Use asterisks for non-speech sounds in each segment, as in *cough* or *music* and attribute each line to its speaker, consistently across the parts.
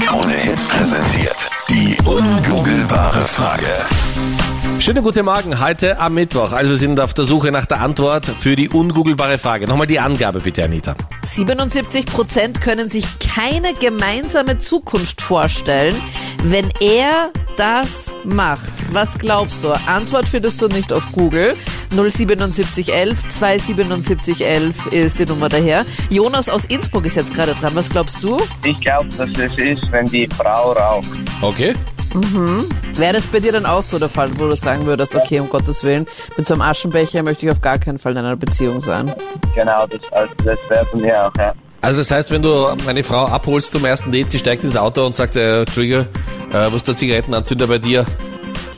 Speaker 1: Krone Hits präsentiert. Die ungoogelbare Frage.
Speaker 2: Schönen guten Morgen, heute am Mittwoch. Also wir sind auf der Suche nach der Antwort für die ungoogelbare Frage. Nochmal die Angabe bitte, Anita.
Speaker 3: 77 Prozent können sich keine gemeinsame Zukunft vorstellen, wenn er das macht. Was glaubst du? Antwort findest du nicht auf Google. 07711 27711 ist die Nummer daher. Jonas aus Innsbruck ist jetzt gerade dran. Was glaubst du?
Speaker 4: Ich glaube, dass es ist, wenn die Frau raucht.
Speaker 2: Okay.
Speaker 3: Wäre das bei dir dann auch so der Fall, wo du sagen würdest, okay, um Gottes Willen, mit so einem Aschenbecher möchte ich auf gar keinen Fall in einer Beziehung sein.
Speaker 4: Genau, das, also das wäre von mir auch, ja.
Speaker 2: Also das heißt, wenn du eine Frau abholst zum ersten Date, sie steigt ins Auto und sagt, äh, Trigger, äh, wo ist der Zigarettenanzünder bei dir?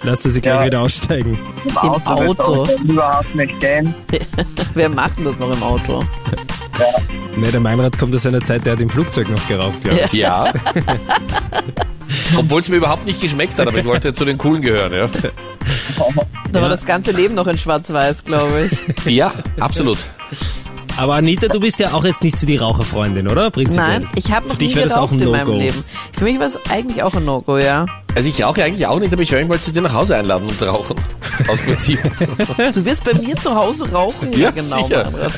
Speaker 5: Lass sie gleich
Speaker 4: Ja.
Speaker 5: wieder aussteigen.
Speaker 4: Im
Speaker 3: Auto.
Speaker 4: wird das Überhaupt nicht gehen. *laughs*
Speaker 3: Wer macht denn das noch im Auto?
Speaker 5: Ne, der Meinrad kommt aus einer Zeit, der hat im Flugzeug noch geraucht, glaube
Speaker 2: *laughs*
Speaker 5: ich.
Speaker 2: Ja. Obwohl es mir überhaupt nicht geschmeckt hat, aber ich wollte zu den Coolen gehören, ja.
Speaker 3: Da war das ganze Leben noch in Schwarz-Weiß, glaube ich.
Speaker 2: Ja, absolut.
Speaker 5: Aber Anita, du bist ja auch jetzt nicht so die Raucherfreundin, oder? Prinzipiell.
Speaker 3: Nein, ich habe noch
Speaker 5: Für dich
Speaker 3: nie
Speaker 5: wäre das auch
Speaker 3: geraucht
Speaker 5: ein
Speaker 3: in
Speaker 5: No-Go.
Speaker 3: meinem Leben. Für mich war es eigentlich auch ein No-Go, ja.
Speaker 2: Also ich rauche eigentlich auch nicht, aber ich werde mich mal zu dir nach Hause einladen und rauchen. Aus Prinzip.
Speaker 3: Du wirst bei mir zu Hause rauchen?
Speaker 2: Ja,
Speaker 3: genau.
Speaker 2: sicher.
Speaker 3: Manfred.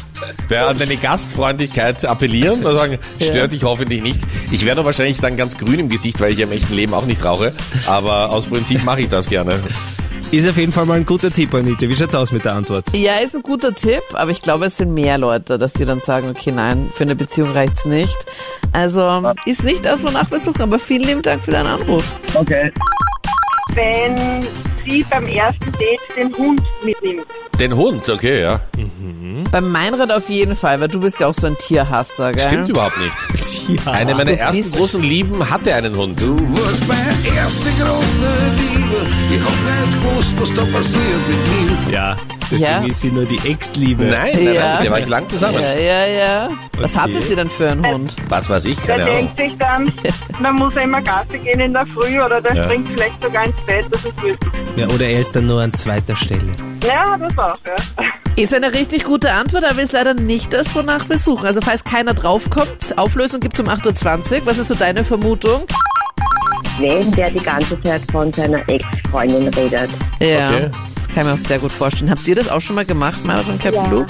Speaker 2: Wer an deine Gastfreundlichkeit appellieren und sagen, stört dich hoffentlich nicht. Ich werde wahrscheinlich dann ganz grün im Gesicht, weil ich im echten Leben auch nicht rauche. Aber aus Prinzip mache ich das gerne.
Speaker 5: Ist auf jeden Fall mal ein guter Tipp, Anita. Wie schaut's aus mit der Antwort?
Speaker 3: Ja, ist ein guter Tipp, aber ich glaube, es sind mehr Leute, dass die dann sagen, okay, nein, für eine Beziehung reicht's nicht. Also ist nicht das, wonach wir suchen, aber vielen lieben Dank für deinen Anruf.
Speaker 4: Okay.
Speaker 6: wenn sie beim ersten Date den Hund mitnimmt.
Speaker 2: Den Hund, okay, ja.
Speaker 5: Hm?
Speaker 3: Beim Meinrad auf jeden Fall, weil du bist ja auch so ein Tierhasser, gell?
Speaker 2: Stimmt überhaupt nicht.
Speaker 5: *laughs* Ja.
Speaker 2: Eine meiner
Speaker 3: das
Speaker 2: ersten
Speaker 3: ist-
Speaker 2: großen Lieben hatte einen Hund.
Speaker 7: Du warst meine erste große Liebe. Ich hab nicht gewusst, was da passiert mit mir.
Speaker 5: Ja, deswegen
Speaker 3: Ja.
Speaker 5: ist sie nur die Ex-Liebe.
Speaker 2: Nein, nein,
Speaker 3: Ja.
Speaker 2: nein, mit der war ich lang zusammen.
Speaker 3: Ja, ja, ja. Was
Speaker 5: Okay.
Speaker 3: hattest du denn für einen Hund?
Speaker 2: Was weiß ich,
Speaker 6: Der
Speaker 2: keine Ahnung.
Speaker 6: denkt sich dann, man muss ja immer Gasse gehen in der Früh oder der
Speaker 2: Ja.
Speaker 6: springt vielleicht sogar ins Bett, das ist gut.
Speaker 5: Ja, oder er ist dann nur an zweiter Stelle.
Speaker 6: Ja, das auch, ja.
Speaker 3: Ist eine richtig gute Antwort, aber ist leider nicht das, wonach wir suchen. Also falls keiner draufkommt, Auflösung gibt's um 8.20 Uhr. Was ist so deine Vermutung?
Speaker 8: wenn der die ganze Zeit von seiner Ex-Freundin redet.
Speaker 3: Ja.
Speaker 2: Okay.
Speaker 3: Kann ich mir auch sehr gut vorstellen. Habt ihr das auch schon mal gemacht, Mara und Captain Luke?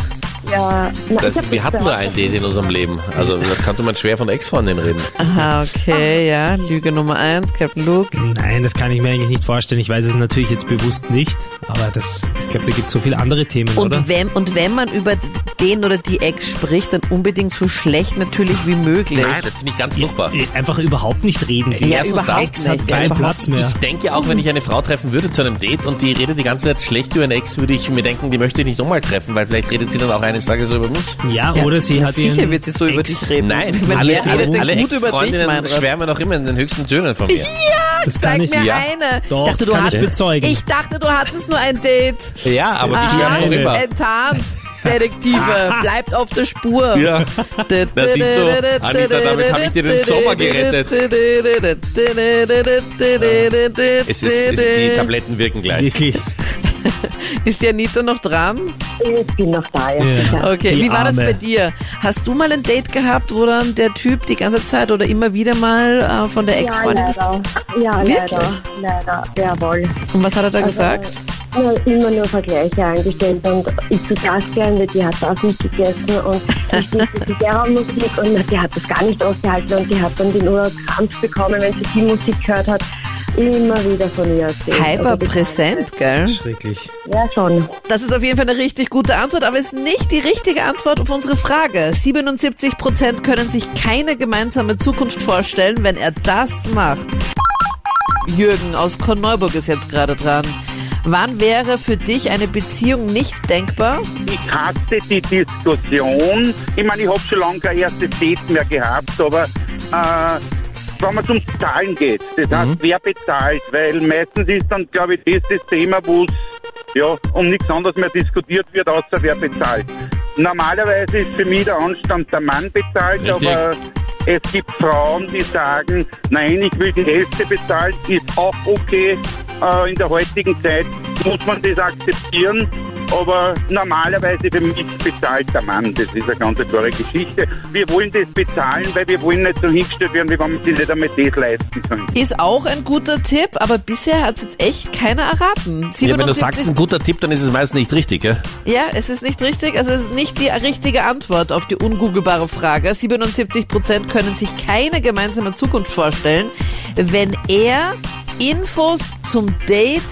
Speaker 8: Ja, na,
Speaker 2: Das,
Speaker 8: ich hab
Speaker 2: wir hatten nur ein Date in unserem Leben. Also da konnte man schwer von Ex-Freundin reden.
Speaker 3: Aha, Ah, okay, ja. Lüge Nummer eins, Captain Luke.
Speaker 5: Nein, das kann ich mir eigentlich nicht vorstellen. Ich weiß es natürlich jetzt bewusst nicht, aber das, ich glaube, da gibt es so viele andere Themen, oder?
Speaker 3: Und wenn, und wenn man über den oder die Ex spricht, dann unbedingt so schlecht natürlich wie möglich.
Speaker 2: Nein, das finde ich ganz furchtbar.
Speaker 5: Äh, Einfach überhaupt nicht reden. Die
Speaker 3: Ja,
Speaker 5: erste
Speaker 3: überhaupt
Speaker 5: Ex hat
Speaker 3: nicht.
Speaker 5: keinen
Speaker 3: Überhaupt
Speaker 5: Platz mehr.
Speaker 2: Ich denke auch, wenn ich eine Frau treffen würde zu einem Date und die redet die ganze Zeit schlecht über eine Ex, würde ich mir denken, die möchte ich nicht nochmal treffen, weil vielleicht redet sie dann auch eines Tages über mich.
Speaker 5: Ja,
Speaker 3: Ja,
Speaker 5: oder sie
Speaker 3: ja,
Speaker 5: hat
Speaker 3: Sicher
Speaker 5: ihren
Speaker 3: wird sie so über
Speaker 5: Ex-
Speaker 3: dich reden.
Speaker 2: Nein,
Speaker 3: Wenn
Speaker 2: alle,
Speaker 3: wer redet denn
Speaker 2: alle
Speaker 3: gut über dich,
Speaker 2: Ex-Freundinnen
Speaker 3: Meinrad?
Speaker 2: schwärmen noch immer in den höchsten Tönen von mir.
Speaker 5: Das
Speaker 3: Zeig
Speaker 5: kann ich
Speaker 3: mir
Speaker 2: Ja.
Speaker 3: eine.
Speaker 5: Doch,
Speaker 3: dachte,
Speaker 5: das
Speaker 3: du
Speaker 5: kann ich
Speaker 3: hattest-
Speaker 5: bezeugen.
Speaker 3: Ich dachte, du hattest nur ein Date.
Speaker 2: Ja, aber die schwärmen noch immer. Ah.
Speaker 3: enttarnt.
Speaker 2: *laughs*
Speaker 3: Detektive, bleibt auf der Spur.
Speaker 2: Ja. Da siehst du, Anita, damit hab ich dir den Sommer gerettet. Es ist, es ist, die Tabletten wirken gleich.
Speaker 5: Wirklich.
Speaker 3: Ist die Anita noch dran?
Speaker 8: Ich bin noch da, ja.
Speaker 5: Ja.
Speaker 8: sicher.
Speaker 3: Okay,
Speaker 5: Die
Speaker 3: wie war das
Speaker 5: Arme.
Speaker 3: bei dir? Hast du mal ein Date gehabt, wo dann der Typ die ganze Zeit oder immer wieder mal äh, von der
Speaker 8: Ja,
Speaker 3: Ex-Freundin gesprochen
Speaker 8: leider. Ja,
Speaker 3: Wirklich?
Speaker 8: leider. Leider, jawohl.
Speaker 3: hat? Und was hat er
Speaker 8: Also,
Speaker 3: da gesagt?
Speaker 8: Nur, immer nur Vergleiche eingestellt und ich zu das gern, weil die hat das nicht gegessen und
Speaker 3: *laughs*
Speaker 8: ich musste zu der Musik und na, die hat das gar nicht ausgehalten und die hat dann den Urkrampf bekommen, wenn sie die Musik gehört hat. Immer wieder von ihr erzählt. Also,
Speaker 3: Hyperpräsent, gell?
Speaker 5: Schrecklich.
Speaker 8: Ja, schon.
Speaker 3: Das ist auf jeden Fall eine richtig gute Antwort, aber ist nicht die richtige Antwort auf unsere Frage. 77 Prozent können sich keine gemeinsame Zukunft vorstellen, wenn er das macht. Jürgen aus Korneuburg ist jetzt gerade dran. Wann wäre für dich eine Beziehung nicht denkbar?
Speaker 9: Ich hatte die Diskussion, ich meine, ich habe schon lange kein erstes Date mehr gehabt, aber äh, wenn man zum Zahlen geht, das heißt, wer bezahlt, weil meistens ist dann, glaube ich, das das Thema, wo es ja, um nichts anderes mehr diskutiert wird, außer wer bezahlt. Normalerweise ist für mich der Anstand, der Mann bezahlt,
Speaker 2: Richtig.
Speaker 9: aber Äh, es gibt Frauen, die sagen, nein, ich will die Hälfte bezahlen, ist auch okay. Äh, in der heutigen Zeit muss man das akzeptieren. aber normalerweise für mich bezahlt der Mann. Das ist eine ganz klare Geschichte. Wir wollen das bezahlen, weil wir wollen nicht so hingestellt werden, wie wenn wir sich nicht einmal das leisten können.
Speaker 3: Ist auch ein guter Tipp, aber bisher hat es jetzt echt keiner erraten.
Speaker 2: Ja, wenn du
Speaker 3: 77
Speaker 2: sagst, ein guter Tipp, dann ist es meist nicht richtig, gell?
Speaker 3: Ja, es ist nicht richtig, also es ist nicht die richtige Antwort auf die ungoogelbare Frage. 77 Prozent können sich keine gemeinsame Zukunft vorstellen, wenn er Infos zum Date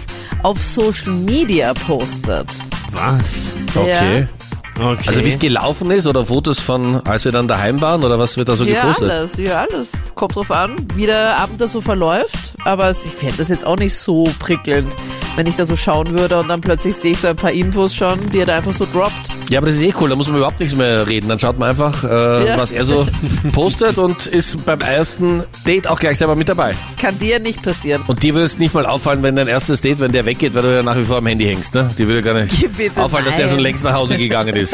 Speaker 3: auf Social Media postet.
Speaker 5: Was?
Speaker 3: Okay.
Speaker 5: Okay.
Speaker 2: Also wie es gelaufen ist oder Fotos von, als wir dann daheim waren oder was wird da so
Speaker 3: Ja,
Speaker 2: gepostet?
Speaker 3: alles, ja, alles. Kommt drauf an, wie der Abend da so verläuft. Aber ich fände das jetzt auch nicht so prickelnd, wenn ich da so schauen würde und dann plötzlich sehe ich so ein paar Infos schon, die er da einfach so droppt.
Speaker 2: Ja, aber das ist eh cool, da muss man überhaupt nichts mehr reden. Dann schaut man einfach, äh,
Speaker 3: Ja.
Speaker 2: was er so postet und ist beim ersten Date auch gleich selber mit dabei.
Speaker 3: Kann dir nicht passieren.
Speaker 2: Und dir würde es nicht mal auffallen, wenn dein erstes Date, wenn der weggeht, weil du ja nach wie vor am Handy hängst, ne? Dir würde gar nicht
Speaker 3: Bitte
Speaker 2: auffallen, dass der
Speaker 3: nein.
Speaker 2: schon längst nach Hause gegangen ist.